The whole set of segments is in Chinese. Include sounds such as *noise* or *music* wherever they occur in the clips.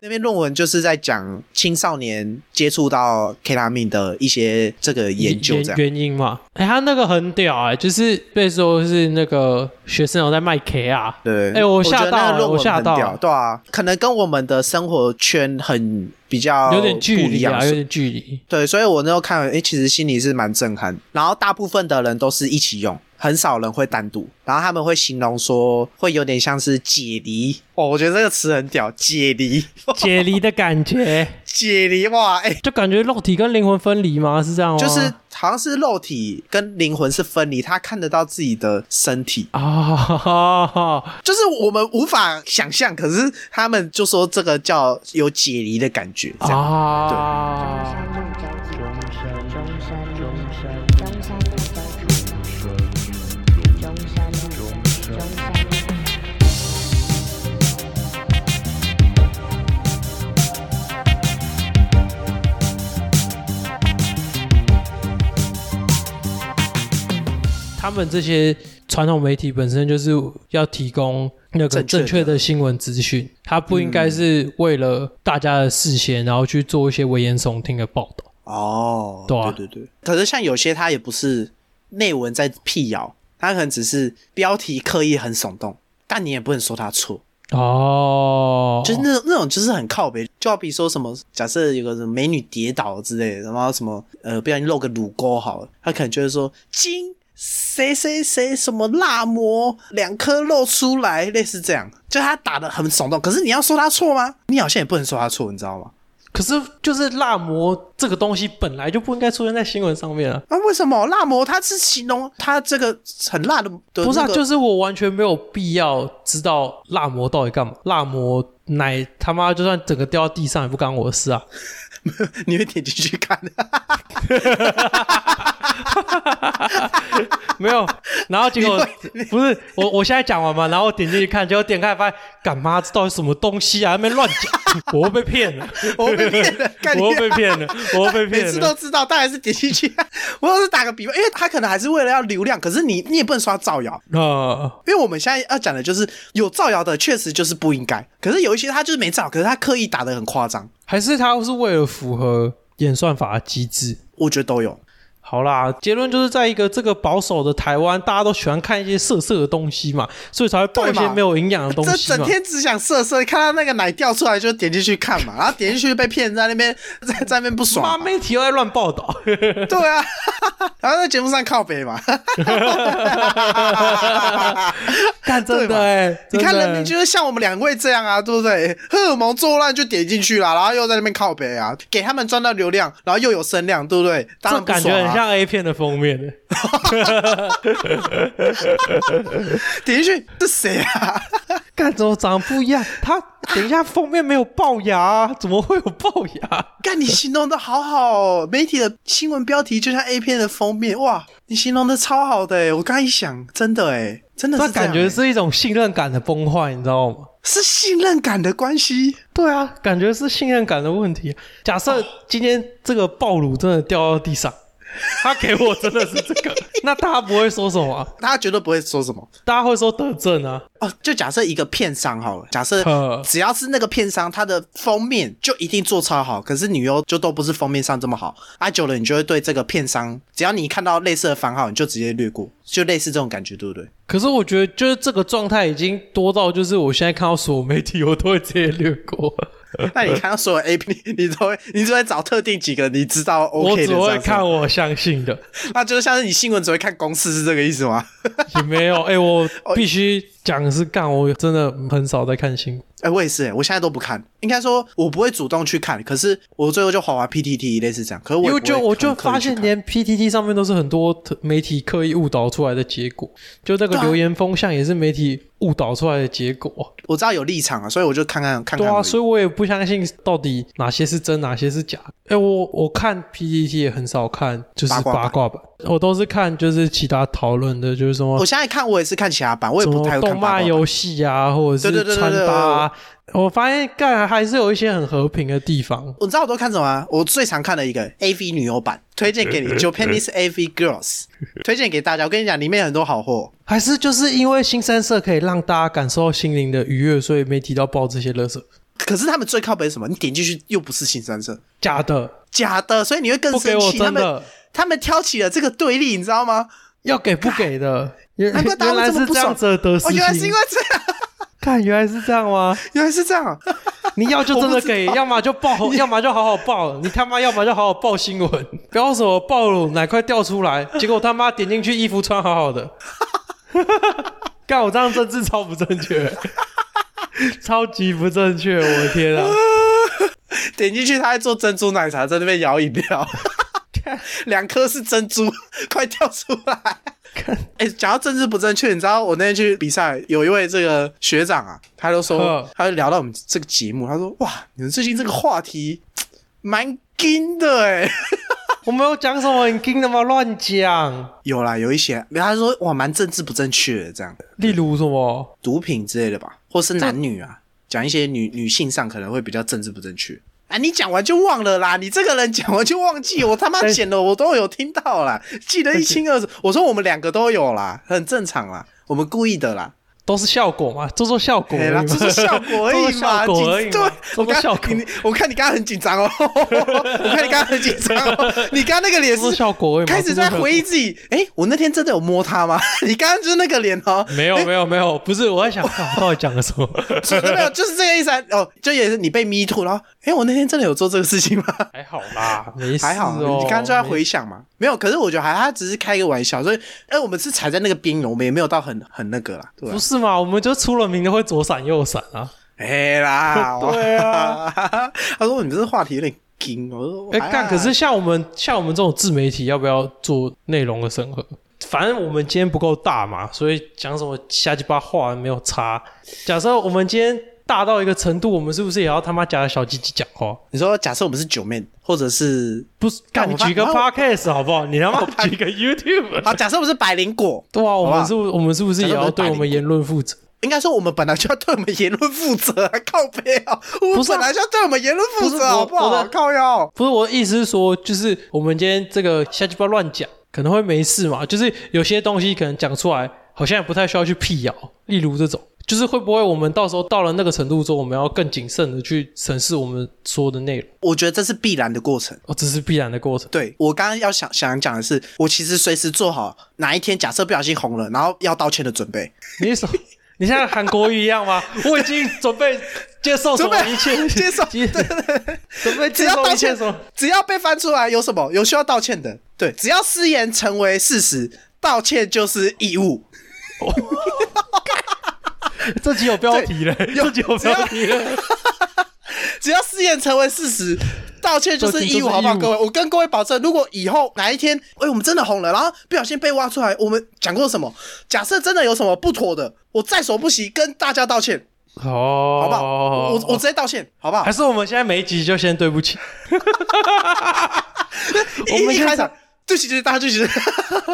那篇论文就是在讲青少年接触到 K 他命的一些这个研究，这样原因嘛。哎、他那个很屌哎、就是被说是那个学生有在卖 K 啊，对，哎我觉得吓到那个了论我文吓很到屌了对啊，可能跟我们的生活圈很比较有点距哦不一离样啊，有点距离。对，所以我那时候看，诶，其实心里是蛮震撼。然后大部分的人都是一起用，很少人会单独。然后他们会形容说，会有点像是解离。哦，我觉得这个词很屌，解离，解离的感觉，解离，哇，诶，就感觉肉体跟灵魂分离吗？是这样吗？就是好像是肉体跟灵魂是分离，他看得到自己的身体，啊，就是我们无法想象。可是他们就说这个叫有解离的感觉， *laughs* 这样。啊，他们这些传统媒体本身就是要提供那个正确的正确的新闻资讯，它不应该是为了大家的视线，然后去做一些危言耸听的报道。哦，对啊对对对。可是像有些他也不是内文在辟谣，他可能只是标题刻意很耸动，但你也不能说他错，哦，就是那种那种就是很靠北。就好比说什么，假设有个什么美女跌倒之类的，然后什么呃不小心露个乳沟好了，他可能就会说金。谁谁谁什么辣膜两颗露出来，类似这样，就他打的很耸动。可是你要说他错吗？你好像也不能说他错，你知道吗？可是就是辣膜这个东西本来就不应该出现在新闻上面啊。啊，为什么辣膜它是形容它这个很辣的？的不是啊，呃那个就是我完全没有必要知道辣膜到底干嘛。辣膜奶他妈就算整个掉到地上也不干我的事啊！ *laughs* *laughs* 你会点进去看的，没有，然后结果 *laughs* 不是我，我现在讲完嘛，然后我点进去看，结果点开发现，干妈这到底什么东西啊？在那边乱讲， *laughs* 我又被骗了，我会被骗的，干 *laughs* 你我又被骗了，我又被每 *laughs* 骗次 *laughs* 都了。知道，当然是点进去。啊我要是打个比方，因为他可能还是为了要流量，可是你你也不能说他造谣，呃，因为我们现在要讲的就是有造谣的，确实就是不应该。可是有一些他就是没造，可是他刻意打的很夸张，还是他是为了符合演算法的机制。我觉得都有。好啦，结论就是在一个这个保守的台湾，大家都喜欢看一些色色的东西嘛，所以才会报一对些嘛没有营养的东这西啊整嘛。天只想色色，看到那个奶掉出来就点进去看嘛，然后点进去被骗，在那边在在那边不爽妈，嘛，媒体又在乱报道。对啊，然后在节目上靠北嘛。看真对的嘛哎、你看人民就就是像我们两位这样啊，对不对？荷尔蒙作乱就点进去了，然后又在那边靠北啊，给他们赚到流量，然后又有声量，对不对？当这然不感觉爽啊很像 A 片的封面、点进去是谁啊？ *laughs* 干怎么长得不一样？他等一下封面没有龅牙、啊，怎么会有龅牙？干你形容的好好、哦，媒体的新闻标题就像 A 片的封面，哇，你形容的超好的欸诶我刚一想，真的哎，真的 *laughs* 这是这样感觉诶是一种信任感的崩坏，你知道吗？是信任感的关系。对啊，感觉是信任感的问题。假设今天这个暴乳真的掉到地上，他给我真的是这 *laughs* 个，那大家不会说什么啊、大家绝对不会说什么大家会说得正啊，哦，就假设一个片商好了，假设呵只要是那个片商，它的封面就一定做超好，可是女优就都不是封面上这么好。啊，久了你就会对这个片商，只要你看到类似的番号，你就直接略过，就类似这种感觉，对不对？ *laughs* 可是我觉得，就是这个状态已经多到，就是我现在看到所有媒体，我都会直接略过。那你看到所有 A P，你 *laughs* 都会，你只会找特定几个你知道我 OK 的只这样子，会看我相信的，那就是像是你新闻只会看公式，是这个意思吗？也 *laughs* 没有。哎、我必须讲的是干，我真的很少在看新闻。哎、我也是、哎，我现在都不看，应该说我不会主动去看，可是我最后就滑滑 P T T 类似这样，可是我也因为不会就我就很刻意发去现，看连 PTT 上面都是很多特媒体刻意误导出来的结果，就那个对啊留言风向也是媒体误导出来的结果。我知道有立场啊，所以我就看看看看对而已。啊，所以我也不相信到底哪些是真，哪些是假。哎、我我看 PPT 也很少看，就是八卦版八卦版，我都是看就是其他讨论的，就是什么我现在看我也是看其他版，我也哦什不么太会看八动卦漫版。游戏啊，或对者对是对对穿对搭啊。我发现干还是有一些很和平的地方。你知道我都看什么吗？我最常看的一个 AV 女优版，推荐 *laughs* 给你 Japanese AV Girls，推荐给大家。我跟你讲，里面很多好货。还是就是因为新三色可以让大家感受到心灵的愉悦，所以媒体都要报这些乐色。可是他们最靠北是什么？你点进去又不是新三色，假的，假的，所以你会更不给生我气。他真们的，他们挑起了这个对立，你知道吗？要给不给的。原难怪大原陆来这么是不这爽样子的得失哦，心原来是因为这样，看原来是这样吗？原来是这样。你要就真我的不知道 *laughs* 给，要么就报，要么就好好报。你他妈要么就好好报新闻， *laughs* 不要什么暴露哪块掉出 *laughs* 来，结果他妈点进去衣服穿好好的。 *laughs* 干我这样政治超不正确， *laughs* 超级不正确，我的天啊！点进去他在做珍珠奶茶，在那边摇饮料，两颗是珍珠， *laughs* 快跳出来！哎、讲到政治不正确，你知道我那天去比赛，有一位这个学长啊，他就说呵，他就聊到我们这个节目，他说：“哇，你们最近这个话题蛮硬的哎、 *laughs* 我没有讲什么，你听他妈乱讲。有啦，有一些，他说哇，蛮政治不正确的这样的，例如什么？毒品之类的吧，或是男女啊，讲一些女女性上可能会比较政治不正确。”啊！你讲完就忘了啦！你这个人讲完就忘记， *laughs* 我他妈但剪了，我都有听到啦，记得一清二楚。我说我们两个都有啦，很正常啦，我们故意的啦。都是效果嘛，做做效果对而已啦，嘛，这是效果而做已做嘛， *laughs* 效果而紧对，我已嘛，做做刚效果你，我看你刚刚很紧张哦，我看你刚刚很紧张 *laughs* 哦，你刚刚那个脸做做是效果而已嘛。开始在做做效果回忆自己，哎，我那天真的有摸他吗？ *laughs* 你刚刚就是那个脸哦，没有没有没有，不是我在想，干我到底讲了什 *laughs* 么？是没有，就是这个意思啊。哦，就也是你被 me too，然后，哎，我那天真的有做这个事情 *laughs* 吗？还好啦，没事、哦。还好，你刚刚就在回想嘛，没有。可是我觉得还他只是开个玩笑，所以，哎，我们是踩在那个边缘，我们也没有到很很那个啦，对吧不？是嘛？我们就出了名的会左闪右闪啊！哎啦，对啊， *laughs* 他说你这话题有点硬，我说哎、还好干！可是像我们像我们这种自媒体，要不要做内容的审核？反正我们今天不够大嘛，所以讲什么瞎鸡巴话没有差。假设我们今天大到一个程度，我们是不是也要他妈夹着小鸡鸡讲话？你说，假设我们是九妹，或者是不是，干干你我发举个我 podcast 好不好？你他妈 *laughs* 举个 YouTube。好，假设我们是百灵果，对啊，我好吧们是不，我们是不是假也设我们要是对我霸们凌言论负责？应该说我们本来就要对我们言论负责、啊，靠背啊，我们不是啊本来就要对我们言论负不责，是我好不我好？的靠腰。不是我的意思是说，就是我们今天这个瞎鸡巴乱讲，可能会没事嘛。就是有些东西可能讲出来，好像也不太需要去辟谣。例如这种，就是会不会我们到时候到了那个程度之后，我们要更谨慎的去审视我们说的内容？我觉得这是必然的过程。哦，这是必然的过程。对我刚刚要想想讲的是，我其实随时做好哪一天假设不小心红了，然后要道歉的准备。你什你像韩国瑜一样吗？我已经准备接受什准备么一 *laughs* 切，接 *laughs* 受接准备只接要受道一切歉什么？，只要被翻出来有什么有需要道歉的，对，只要失言成为事实，道歉就是义务。这集有标题了，这集有标题了。只要誓言成为事实，道歉就是义务，好不好？就是义务各位，我跟各位保证，如果以后哪一天，哎、我们真的红了，然后不小心被挖出来，我们讲过什么？假设真的有什么不妥的，我在所不惜跟大家道歉，哦，好不好？我我直接道歉，好不好还？是我们现在每一集就先对不 *laughs* 起。我们一一先开场讲，对不起，对不起，大家对不起，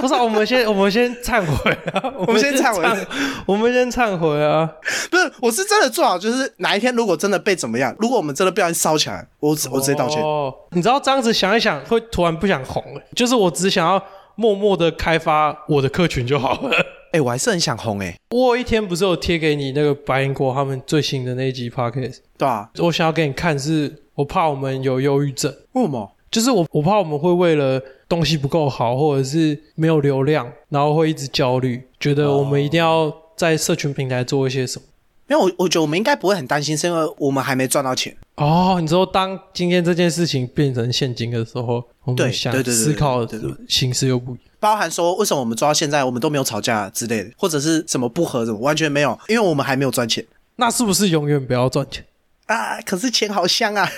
不是啊、我们先我们先忏悔 *laughs* 啊！我们先忏悔忏，我们先忏悔啊！不是，我是真的做好，就是哪一天如果真的被怎么样，如果我们真的不小心烧起来，我我直接道歉。哦，你知道这样子想一想，会突然不想红了，就是我只想要默默的开发我的客群就好了。哎、我还是很想红、哎，我有一天不是有贴给你那个白灵国他们最新的那一集 podcast，对吧、我想要给你看是，我怕我们有忧郁症，为什么？就是我我怕我们会为了东西不够好，或者是没有流量，然后会一直焦虑，觉得我们一定要在社群平台做一些什么。因为我我觉得我们应该不会很担心，是因为我们还没赚到钱。哦，你说当今天这件事情变成现金的时候，我对们想对对对思考对对的形式又不一样。包含说为什么我们做到现在我们都没有吵架之类的，或者是什么不和什么，完全没有，因为我们还没有赚钱那是不是永远不要赚钱？ *laughs* 啊。可是钱好香啊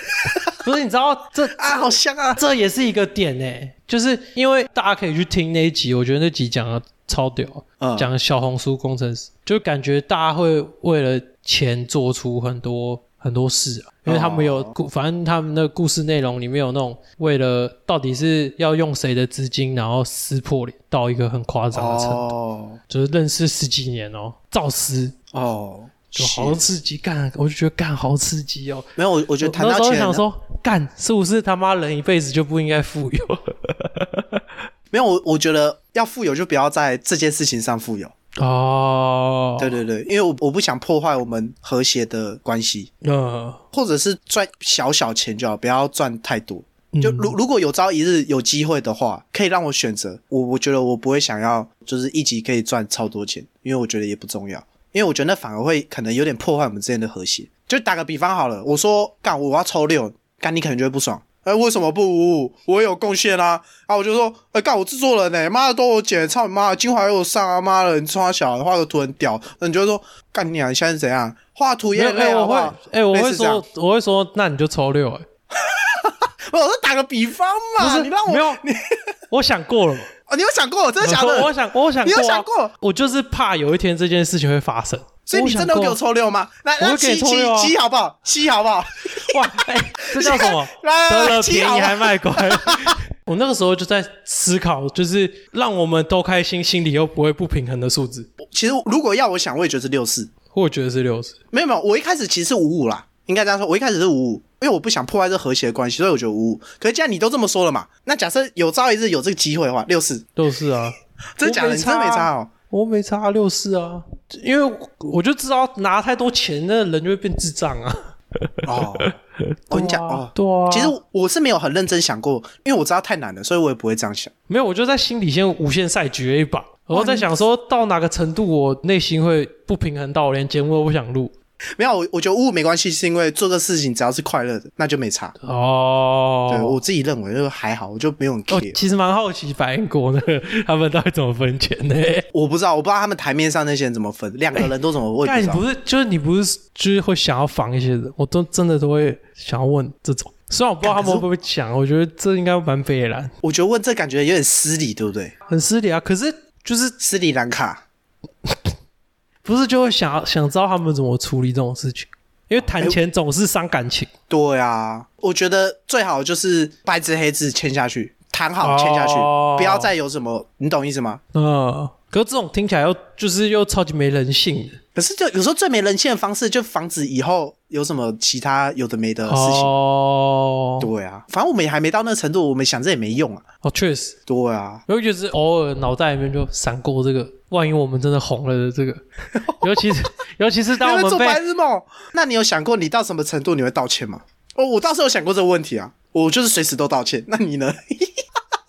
不是，你知道这 *laughs* 啊，好香啊！这也是一个点呢、就是因为大家可以去听那一集，我觉得那集讲的超屌，嗯讲小红书工程师，就感觉大家会为了钱做出很多很多事啊，因为他们有哦故，反正他们的故事内容里面有那种为了到底是要用谁的资金，然后撕破脸到一个很夸张的程度，哦就是认识十几年哦，造撕哦，就好是刺激，干，我就觉得干好刺激哦。没有我，我觉得谈那到时候钱，想说，干是不是他妈人一辈子就不应该富有？没有我，我觉得要富有就不要在这件事情上富有，哦，对对对，因为我我不想破坏我们和谐的关系，嗯，或者是赚小小钱就好，不要赚太多。嗯就如如果有朝一日有机会的话，可以让我选择，我我觉得我不会想要就是一集可以赚超多钱，因为我觉得也不重要，因为我觉得那反而会可能有点破坏我们之间的和谐。就打个比方好了，我说干我要抽六，干你可能就会不爽。哎、为什么不五五？我也有贡献啊！啊，我就说，哎、干我制作人呢、妈的都我剪，操你妈的，精华有我上啊，妈的，你冲他小，画个图很屌，那你就会说，干你啊，你现在是怎样？画图也很累没有哎，好我不会好？哎，我类会似这样说，我会说，那你就抽六哎，我说打个比方不嘛，是啊你让我没有， *laughs* 我想过了嘛，哦，你有想过？真的假的？我想我想你有过啊想过？我就是怕有一天这件事情会发生，所以你真的我会给想我抽六吗？来，我来会七给你抽七六啊七好不好？七好不好？？过哇，哎、这叫什么 *laughs* 来来来得了七便好宜吧还卖乖。 *laughs* 我那个时候就在思考，就是让我们都开心，心里又不会不平衡的数字。其实如果要我想，我也觉得是六四。我觉得是六十，没有没有，我一开始其实是五五啦，应该这样说。我一开始是五五，因为我不想破坏这和谐的关系，所以我觉得五五。可是既然你都这么说了嘛，那假设有朝一日有这个机会的话，六四，六四啊，真的假的？我你没真差啊的没差哦。我没差六四啊，因为我就知道拿太多钱，那人就会变智障 *laughs* 啊。哦，我跟你讲哦，对啊，其实我是没有很认真想过，因为我知道太难了，所以我也不会这样想。没有，我就在心里先无限赛局了一把，然后在想说到哪个程度我内心会不平衡到我连节目都不想录。没有，我我觉得五五没关系，是因为做这事情只要是快乐的，那就没差。哦，对我自己认为就还好，我就没有很哦 care，。其实蛮好奇白英国那个他们到底怎么分钱 *laughs* 的、我不知道，我不知道他们台面上那些人怎么分，两个人都怎么，我也不但哎你知道。不是，就是你不是，就是会想要防一些人，我都真的都会想要问这种。虽然我不知道他们会不会讲，我觉得这应该蛮北蓝，我觉得问这感觉有点失礼，对不对？很失礼啊。可是就是斯里兰卡，不是就会想要想知道他们怎么处理这种事情，因为谈钱总是伤感情。对啊，我觉得最好就是白纸黑字签下去，谈好哦签下去，不要再有什么，你懂意思吗？嗯，可是这种听起来又就是又超级没人性的可是就有时候最没人性的方式，就防止以后有什么其他有的没的事情。哦。对啊，反正我们也还没到那个程度，我们想这也没用啊。哦，确实，对啊，尤其是偶尔脑袋里面就闪过这个，万一我们真的红了的这 *laughs* 个，尤其是尤其是当你我会们做被白日梦，那你有想过你到什么程度你会道歉吗？哦，我倒是有想过这个问题啊，我就是随时都道歉。那你呢？ *laughs*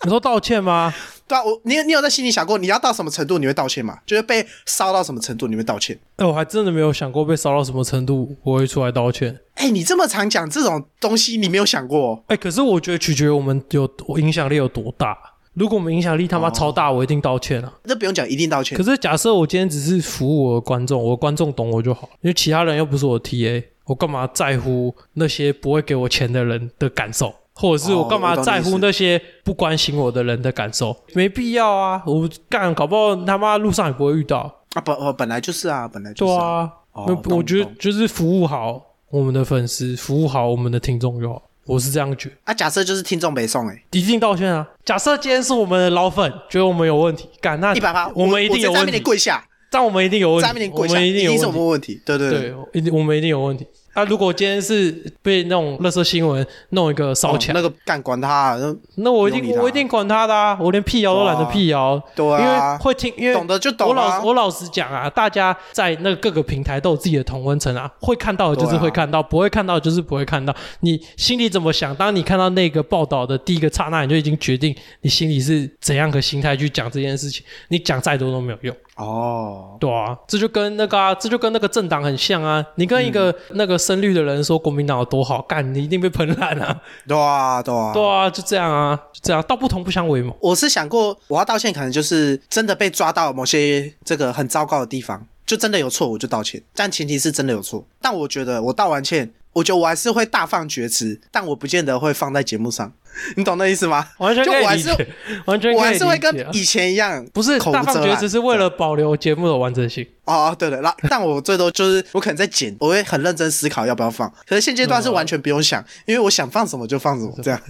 你说道歉吗？对啊，我你有你有在心里想过你要到什么程度你会道歉吗？就是被烧到什么程度你会道歉？哎、我还真的没有想过被烧到什么程度我会出来道歉。哎、你这么常讲这种东西，你没有想过、哦？哎、可是我觉得取决于我们有我影响力有多大。如果我们影响力他妈超大，我一定道歉啊。这不用讲，一定道歉 *laughs* 可。是假设我今天只是服务我的观众，我的观众懂我就好，因为其他人又不是我的 TA，我干嘛在乎那些不会给我钱的人的感受？或者是我干哦我嘛懂你在意思乎那些不关心我的人的感受？没必要啊！我干，搞不好他妈路上也不会遇到。啊，本呃本来就是啊，本来就对是、啊，哦那懂我觉得懂就是服务好我们的粉丝，服务好我们的听众就好。我是这样觉得，啊，假设就是听众北送哎、一定道歉啊！假设今天是我们的老粉觉得我们有问题，干那一百趴，我们一定有我在问面前题，跪下，但我们一定有问在题面，前我跪下，们一定一有定是问我题，们问题。对对对，对，一定我们一定有问题。啊，如果今天是被那种垃圾新闻弄一个烧哦起来，那个干管他啊，那那我一不用理定他我一定管他的啊，我连辟谣都懒得辟谣，对因为啊，会听，因为懂得就懂我啊老我老实讲啊，大家在那个各个平台都有自己的同温层啊，会看到的就是会看到，不会看到的就是不会看到。你心里怎么想？当你看到那个报道的第一个刹那，你就已经决定你心里是怎样的心态去讲这件事情。你讲再多都没有用，哦，对啊，这就跟那个、啊，这就跟那个政党很像啊。你跟一个、嗯那个深绿的人说国民党有多好，干你一定被喷烂啊。对啊，对啊，对啊，就这样啊，就这样，道不同不相为谋。我是想过，我要道歉，可能就是真的被抓到某些这个很糟糕的地方，就真的有错，我就道歉。但前提是真的有错。但我觉得我道完歉，我觉得我还是会大放厥词，但我不见得会放在节目上，你懂那意思吗？完全就 *laughs* 可我还以理是解， *laughs* 完全可以理解啊、我还是会跟以前一样，不是口啊无大放遮厥拦词，是为了保留节目的完整性。哦，对的。那但我最多就是我可能在剪，我会很认真思考要不要放。可是现阶段是完全不用想，因为我想放什么就放什么， *laughs* 这样。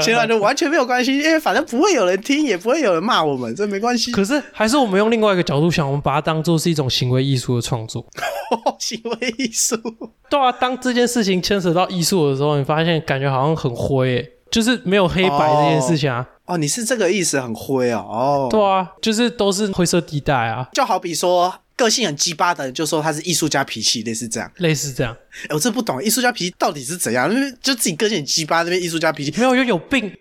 现在就完全没有关系，因为反正不会有人听，也不会有人骂我们，这没关系。可是还是我们用另外一个角度想，我们把它当做是一种行为艺术的创作。行为艺术。对啊，当这件事情牵扯到艺术的时候，你发现感觉好像很灰、欸，就是没有黑白这件事情啊。哦，你是这个意思，很灰哦。哦，对啊，就是都是灰色地带啊，就好比说个性很鸡巴的人，就说他是艺术家脾气，类似这样。类似这样。哎，我真不懂艺术家脾气到底是怎样，因为就自己个性很鸡巴，那边艺术家脾气没有就有 *laughs* 病，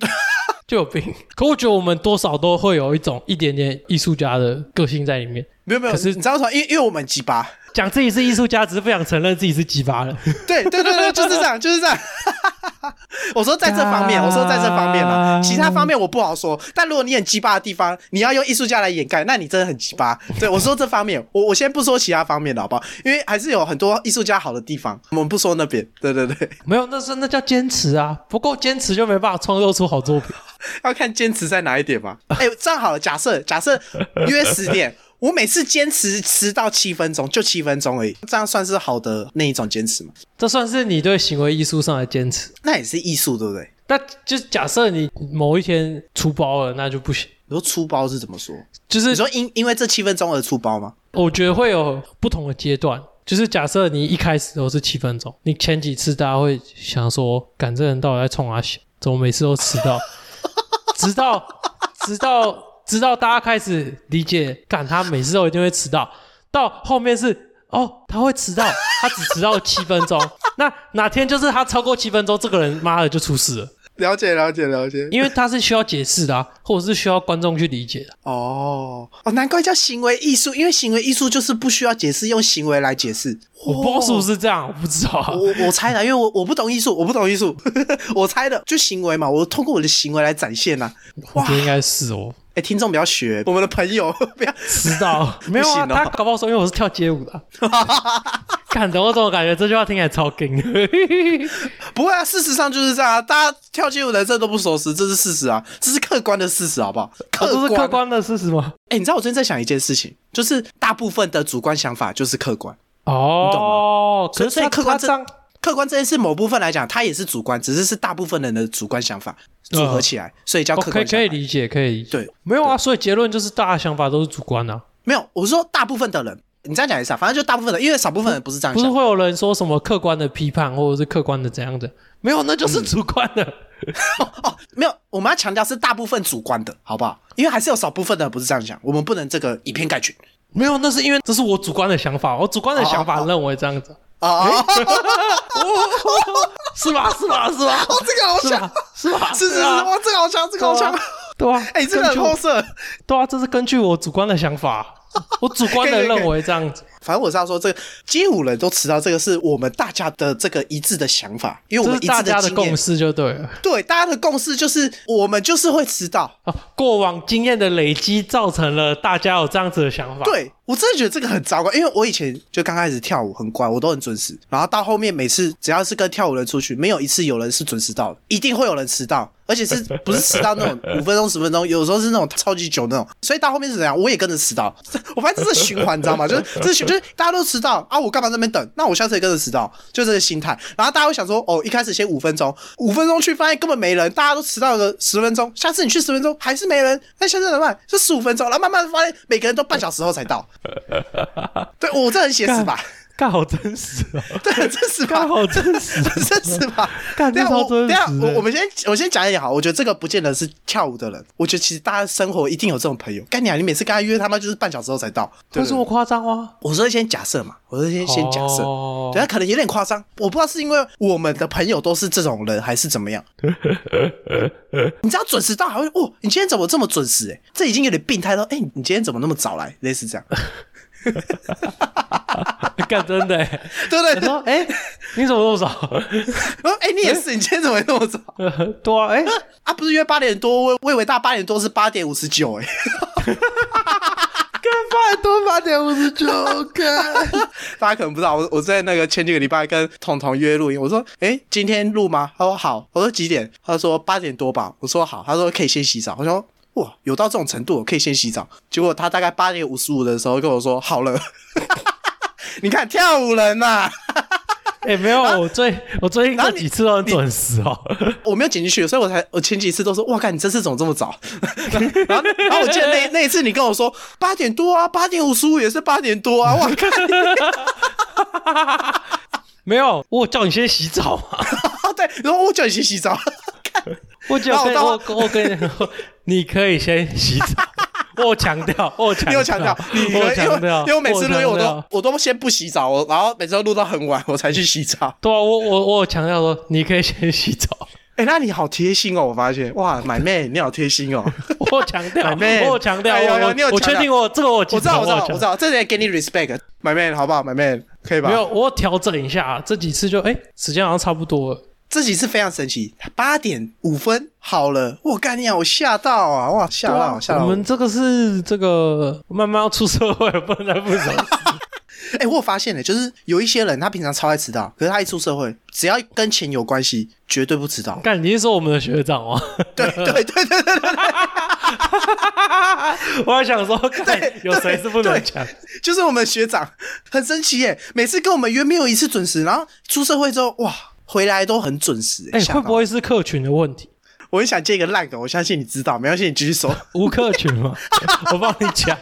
就有病。可我觉得我们多少都会有一种一点点艺术家的个性在里面。没有没有。可是你知道什么？因为因为我们很鸡巴，讲自己是艺术家，只是不想承认自己是鸡巴了。对对对对，就是这样，就是这样。 *laughs* 我说在这方面，我说在这方面嘛，其他方面我不好说。但如果你很鸡巴的地方，你要用艺术家来掩盖，那你真的很鸡巴。对我说这方面，我我先不说其他方面的好不好？因为还是有很多艺术家好的地方，我们不说那边。对对对， *laughs* 没有，那是那叫坚持啊，不够坚持就没办法创作出好作品。要看坚持在哪一点嘛。哎、这样好了，假设假设约十点。我每次坚持迟到七分钟，就七分钟而已，这样算是好的那一种坚持嘛？这算是你对行为艺术上的坚持。那也是艺术，对不对？那就假设你某一天出包了，那就不行。你说出包是怎么说？就你是说因因为这七分钟而出包吗？我觉得会有不同的阶段。就是假设你一开始都是七分钟，你前几次大家会想说，赶这人到底在冲啊小，怎么每次都迟到？ *laughs* 直到直到直到大家开始理解，赶他每次都一定会迟到，到后面是哦，他会迟到，他只迟到七分钟。 *laughs* 那哪天就是他超过七分钟，这个人妈的就出事了，了解了解了解。因为他是需要解释的、啊，或者是需要观众去理解的。哦哦，难怪叫行为艺术，因为行为艺术就是不需要解释，用行为来解释。哦我不知道是不是这样，我不知道啊。我我猜的，因为我我不懂艺术，我不懂艺术， *laughs* 我猜的就行为嘛，我通过我的行为来展现啦、我觉得应该是哦。哎，听众不要学我们的朋友， *laughs* 不要知道 *laughs* 没有不行啊？哦他搞不好说，因为我是跳街舞的、啊。 *laughs* 看，懂我怎么感觉这句话听起来超 *laughs* 劲。不会啊。事实上就是这样啊，大家跳街舞的这都不熟识，这是事实啊，这是客观的事实，好不好？哦这客是观客观的事实吗？哎、你知道我最近在想一件事情，就是大部分的主观想法就是客观，哦，所以所以他客观啊他这这样客观这件事某部分来讲，它也是主观，只是是大部分人的主观想法组合起来，所以叫哦客可以观想可法。以理解，可以理解。对，没有啊，所以结论就是大家想法都是主观的、啊，没有，我是说大部分的人，你这样讲也是啊，反正就大部分人，因为少部分人不是这样不是啊想。会有人说什么客观的批判或者是客观的怎样 *laughs* 的？没有，那就是主观的。哦，嗯没有，我们要强调是大部分主观的，好不好？因为还是有少部分的人不是这样想，我们不能这个以偏概全。没有，那是因为这是我主观的想法，我主观的想哦法哦哦认为这样子，哦哦， *laughs* 是吧？是吧？是吧？这个好是吧强，？是吧？ *laughs* 是是是，对啊哇，这个好强，这个好强。对啊，哎、这个根很据后色。对啊，这是根据我主观的想法， *laughs* 我主观的认为这样 *laughs* 子，反正我是要说，这个街舞人都迟到，这个是我们大家的这个一致的想法，因为我这们是一大致家的经验共。识就对了。对，大家的共识就是我们就是会迟到。啊，过往经验的累积造成了大家有这样子的想法。，对我真的觉得这个很糟糕，因为我以前就刚开始跳舞很乖，我都很准时，然后到后面每次只要是跟跳舞人出去，没有一次有人是准时到的，一定会有人迟到，而且是不是迟到那种五分钟十分钟，有时候是那种超级久那种，所以到后面是怎样，我也跟着迟到， *laughs* 我发现这是循环，你知道 *laughs* 吗？就是这是循就是大家都迟到啊，我干嘛在那边等？那我下次也跟着迟到，就这个心态。然后大家会想说，哦，一开始先五分钟，五分钟去发现根本没人，大家都迟到了十分钟，下次你去十分钟还是没人，那下次怎么办？就十五分钟，然后慢慢发现每个人都半小时后才 *laughs* 到。对我这很写实吧？干好真实哦， *laughs* 对，很真实吧 *laughs* 干？好真 *laughs* 实哦，很真实吧？干等这一下超我等真一下实我我的。们先我先讲一点好，我觉得这个不见得是跳舞的人，我觉得其实大家生活一定有这种朋友。干你啊！你每次跟他约，他妈就是半小时后才到，对有不这对？么夸张 *laughs* 吗？我说先假设嘛，我说先先假设，哦对他可能有点夸张，我不知道是因为我们的朋友都是这种人，还是怎么 *laughs* 样。你知道准时到还会哦，你今天怎么这么准时、欸？哎，这已经有点病态到，哎、你今天怎么那么早来？类似 *laughs* 这样， *laughs* 干真的欸。对不 *laughs* 我 *laughs* 对？说，哎，你怎么那么早？然后哎、你也是，你今天怎么会那么早？ *laughs* 对啊，哎，啊，不是约八点多，我我以为大八点多是八点五十九，哎，干饭多八点五十九， *laughs* 干。大家可能不知道，我我在那个前几个礼拜跟彤彤约录音，我说，哎、今天录吗？他说好，我说几点？他说八点多吧，我说好，他说可以先洗澡，我说哇，有到这种程度，可以先洗澡。结果他大概八点五十五的时候跟我说好了， *laughs* 你看跳舞人呐、哎，没有，我最我最近这几次都很准时哦。我没有剪进去，所以我才我前几次都说，哇，干，你这次怎么这么早？ *laughs* 然后然后我记得那那一次你跟我说八点多啊，八点五十五也是八点多啊，哇，干 *laughs* 没有，我有叫你先洗澡嘛。啊，对，然后我叫你去洗澡。我只有那我跟到我我跟你说， *laughs* 你可以先洗 *laughs* 澡。我强调，我强你调，有 *laughs* 强调，你我因为强调，因为我每次录音我强调都我都先不洗澡，我然后每次都录到很晚我才去洗澡。对啊，我我我有强调说，你可以先洗澡。 *laughs* 哎、那你好贴心哦，我发现哇，买 *laughs* 妹你好贴心哦，我有强调， My man 我有强调，哎有有我你有我强确调定我这个我记我知道我知得道有我强知道，这得给你 respect，买妹好不好？买妹可以吧？没有，我调整一下，这几次就哎，时间好像差不多了。这集是非常神奇，八点五分好了，我干你啊！我吓到啊！哇，吓对到啊吓到！我们这个是这个慢慢要出社会了，不能再不 *laughs* 守时。。哎、我有发现了，就是有一些人他平常超爱迟到，可是他一出社会，只要跟钱有关系，绝对不迟 *laughs* 到干，你是说我们的学长吗？ *laughs* 对对对对对对，我还想说，看对有谁是不能讲？就是我们学长，很神奇耶！每次跟我们约没有一次准时，然后出社会之后，哇，回来都很准时。哎，吓会到不会是客群的问题？我很想借一个烂梗，我相信你知道，没关系，你继续 *laughs* 说。无客群 *laughs* 吗？我帮你讲，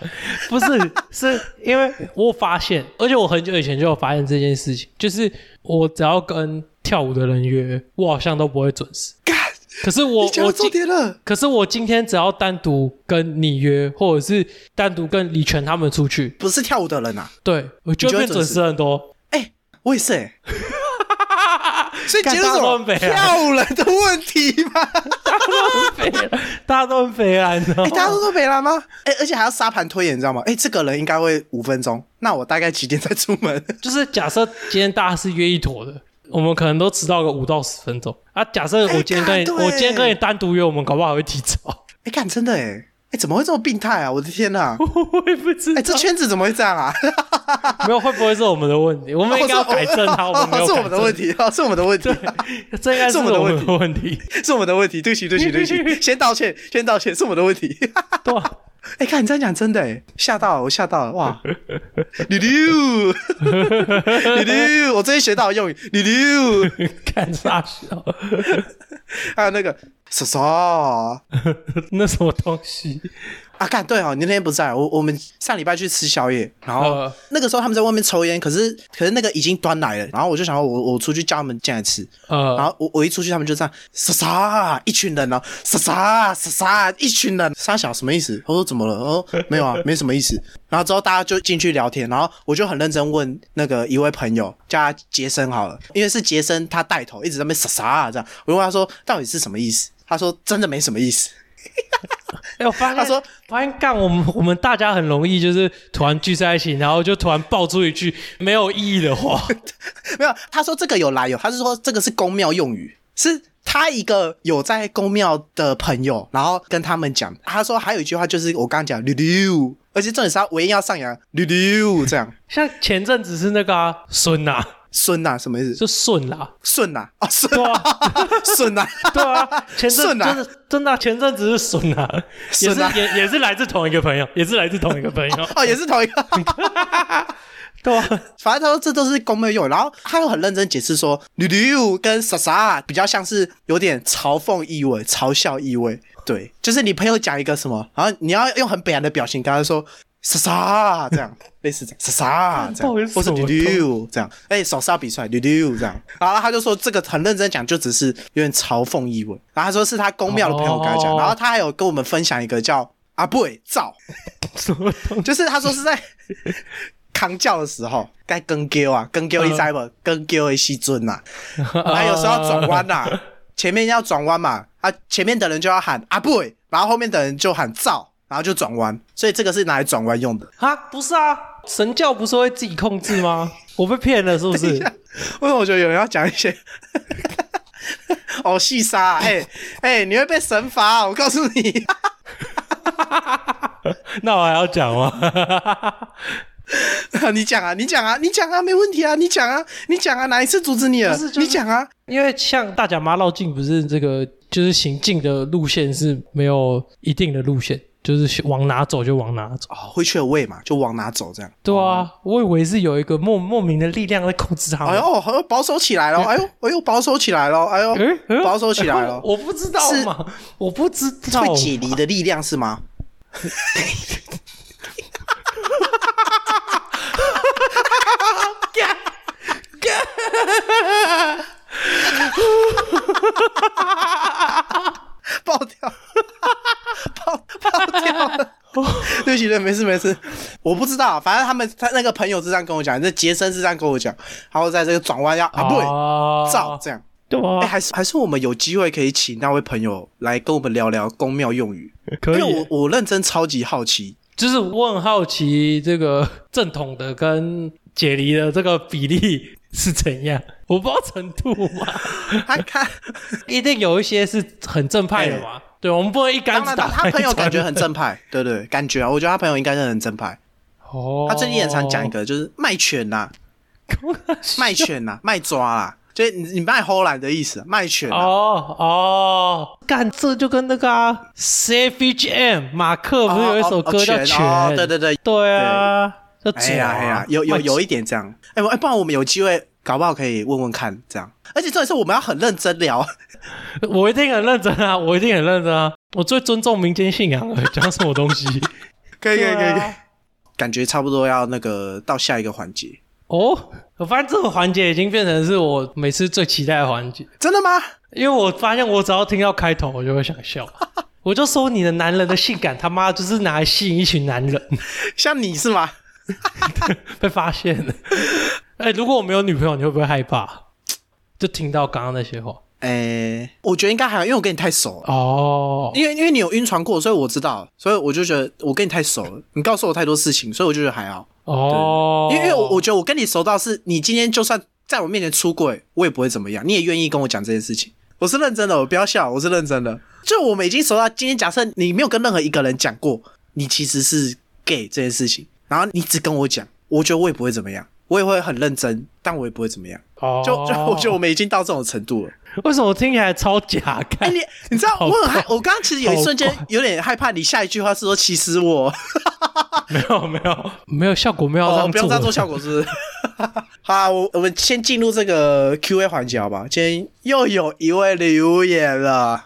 不是，是因为我发现，而且我很久以前就有发现这件事情，就是我只要跟跳舞的人约，我好像都不会准时。干，可是我你讲我到重今点了。可是我今天只要单独跟你约，或者是单独跟李泉他们出去，不是跳舞的人啊，对我就你就会会变准准时时 *laughs* 很多。哎、我也是 *laughs* 哎、所以结论是什干大么乱？北啊跳舞人的问题 *laughs* 吗？大家都很肥啊，你知道哎、吗？大家都说没来吗？哎、而且还要沙盘推演，你知道吗？哎、这个人应该会五分钟，那我大概几点再出门？就是假设今天大家是约一坨的，我们可能都迟到个五到十分钟啊。假设我今天跟你，哎干对我今天跟你单独约，我们搞不好还会提 *laughs* 早。哎、看真的哎、哎、怎么会这么病态啊？我的天呐、我也不知哎、道，这圈子怎么会这样啊？ *laughs* 没有会不会是我们的问题？我们应该要改正它，哦我们没有是我们的问题，题，哦，是我们的问题，这应该是我们的问题， *laughs* 是我们的问题。对不起，对不起，对不起，先道歉，先道歉，是我们的问题。对啊吧？哎、看你这样讲真的哎，吓到了，我吓到了，哇！ *laughs* 溜溜溜溜，我最近学到的用语溜溜，看傻笑，还有那个嫂嫂。那什么东西？啊，干对哦，你那天不在，我我们上礼拜去吃宵夜，然后、呃那个时候他们在外面抽烟，可是可是那个已经端来了，然后我就想说我我出去叫他们进来吃，然呃，后我我一出去他们就这样啥啥一群人哦，啥啥啥啥一群人，傻小什么意思？我说怎嗯么了？哦，没有啊，没什么意思。然后之后大家就进去聊天，然后我就很认真问那个一位朋友，叫他杰森好了，因为是杰森他带头一直在那边啥啥这样，我就问他说到底是什么意思？他说真的没什么意思。哎，我发现他说发现干我们我们大家很容易就是突然聚在一起，然后就突然爆出一句没有意义的话， *laughs* 没有，他说这个有来由，他是说这个是公庙用语，是他一个有在公庙的朋友，然后跟他们讲，他说还有一句话就是我刚刚讲溜溜，而且重点是他尾音要上扬溜溜这样。像前阵子是那个啊顺呐、啊，顺呐、什么意思？就顺啦、顺呐、啊，顺对 *laughs* 啊，顺呐、 *laughs* 对啊，前阵顺啊真的真的啊前阵子是顺啊，也顺是啊也也是来自同一个朋友，也是来自同一个朋友，哦，也是同一个。 *laughs* 对啊，反正他说这都是公庙用语，然后他又很认真解释说溜溜跟啥啥比较像是有点嘲讽意味、嘲笑意味。对，就是你朋友讲一个什么，然后你要用很北然的表情跟他说。莎莎这样，类似这样，莎莎这样到底，是或什是么溜溜这样，哎、手莎比出来溜溜这样，然后他就说这个很认真讲，就只是有点嘲讽意味。然后他说是他公庙的朋友跟他讲，哦然后他还有跟我们分享一个叫阿布伟照，什么东就是他说是 *laughs* 在扛轿的时候，该跟丢啊，跟丢嗯你知不？跟丢的西尊呐，西？啊他有时候要转弯呐， *laughs* 前面要转弯嘛，啊，前面的人就要喊阿布，然后后面的人就喊造，然后就转弯，所以这个是拿来转弯用的。啊，不是啊，神教不是会自己控制 *laughs* 吗？我被骗了是不是？为什么我觉得有人要讲一些？ *laughs* 哦，细沙 *laughs* 啊，哎、哎、你会被神罚啊、我告诉你， *laughs* 那我还要讲吗？你讲啊，你讲啊，你讲啊，没问题啊，你讲啊，你讲啊，哪一次阻止你了？不是就是你讲啊， *laughs* 因为像大甲妈绕境，不是这个就是行进的路线是没有一定的路线，就是往哪走就往哪走。哦，会去的位嘛，就往哪走这样。对啊，我以为是有一个莫莫名的力量在控制他哎们。呦，好像保守起来了，哎呦，哎呦，保守起来了，哎呦哎哎，呦保守起来了。我不知道是嘛，我不知道会解离的力量是吗？ *laughs* 起对，没事没事，我不知道，反正他们他那个朋友是这样跟我讲，那杰森是这样跟我讲，然后在这个转弯要啊不对，对照这样，对哎、啊，还是还是我们有机会可以请那位朋友来跟我们聊聊宫庙用语，可因以为，我我认真超级好奇，就是我很好奇这个正统的跟解离的这个比例是怎样，我不知道程度嘛，他 *laughs* 看一定有一些是很正派的嘛，对，我们不能一竿当子然打他翻他一船人。朋友感觉很正派，对对，感觉啊，我觉得他朋友应该是很正派，哦，他最近也常讲一个就是卖犬 *laughs* 呐、卖犬呐、卖抓啦。就是你你卖荷兰的意思，卖犬、啊、哦哦，干这就跟那个啊，Savage M 马克不是有一首歌叫哦《哦犬》？哦对对对，对啊，叫《哎呀哎呀，有有有一点这样，哎、我哎，不然我们有机会，搞不好可以问问看这样。而且重点是我们要很认真聊，我一定很认真啊， *laughs* 我一定很认真啊，我最尊重民间信仰了，讲什么东西？ *laughs* 可对啊感觉差不多要那个到下一个环节，哦，我发现这个环节已经变成是我每次最期待的环节，真的吗？因为我发现我只要听到开头，我就会想 *laughs* 笑。我就说你的男人的性感他妈就是拿来吸引一群男人， *laughs* 像你是吗？被发现 *laughs* 了。哎、如果我没有女朋友，你会不会害怕？就听到刚刚那些话哎、我觉得应该还好，因为我跟你太熟了。哦，因为因为你有晕船过，所以我知道，所以我就觉得我跟你太熟了，你告诉我太多事情，所以我就觉得还好。哦，因为因为我我觉得我跟你熟到是，你今天就算在我面前出轨，我也不会怎么样，你也愿意跟我讲这件事情。我是认真的，我不要笑，我是认真的。就我们已经熟到今天，假设你没有跟任何一个人讲过你其实是 gay 这件事情，然后你只跟我讲，我觉得我也不会怎么样，我也会很认真，但我也不会怎么样。哦就就我觉得我们已经到这种程度了。 *laughs* 为什么听起来超假？哎、看、你你知道好我很害，怪我刚刚其实有一瞬间好怪有点害怕，你下一句话是说其实我，没有没有没有效果，没有哦，让不要这样做效果是不是？ *laughs* 好啊，我我们先进入这个 Q&A 环节好不好？今天又有一位留言 *laughs* 了，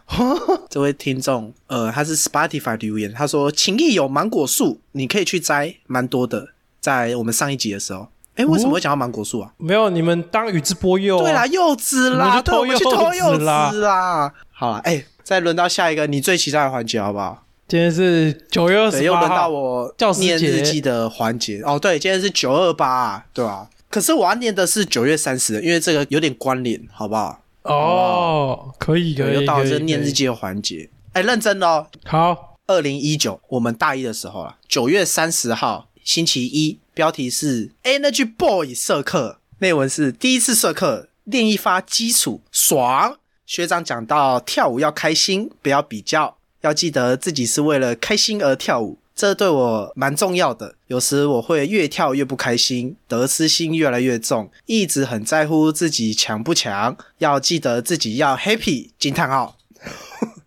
这位听众，呃，他是 Spotify 留言，他说：“情谊有芒果树，你可以去摘，蛮多的。”在我们上一集的时候，哎、为什么会讲到芒果树啊？没有你们当宇智波鼬、对啦，，柚子哦我啦，们就对，偷我们去柚偷子柚啦子啦。好了，哎、再轮到下一个你最期待的环节好不好？今天是九月二对，十又八轮到号，我教师节念日记的环节哦。对，今天是九二八，啊对吧、可是我要念的是九月三十，因为这个有点关联，好不好？哦，可以可以，又到了可以这念日，记的环节。哎，认真的哦。可以好二零一九，我们大一的时候啊，九月三十号星期一，标题是 Energy Boy 社课，内文是第一次社课练一发基础爽。学长讲到跳舞要开心，不要比较，要记得自己是为了开心而跳舞，这对我蛮重要的。有时我会越跳越不开心，得失心越来越重，一直很在乎自己强不强，要记得自己要 happy 惊叹号， *laughs*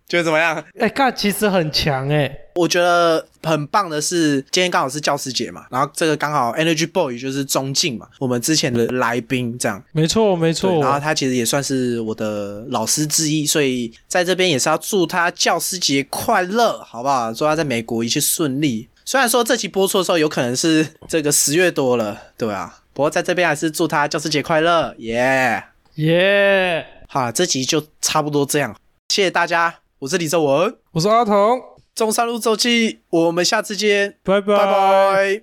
觉得怎么样？哎，看其实很强哎、我觉得很棒的是，今天刚好是教师节嘛，然后这个刚好 Energy Boy 就是中进嘛，我们之前的来宾这样。没错没对，错，然后他其实也算是我的老师之一，所以在这边也是要祝他教师节快乐，好不好？祝他在美国一切顺利。虽然说这期播出的时候有可能是这个十月多了，对啊，不过在这边还是祝他教师节快乐，耶、耶好啦，这集就差不多这样，谢谢大家，我是李正文，我是阿童，中山路周记，我们下次见，拜拜拜拜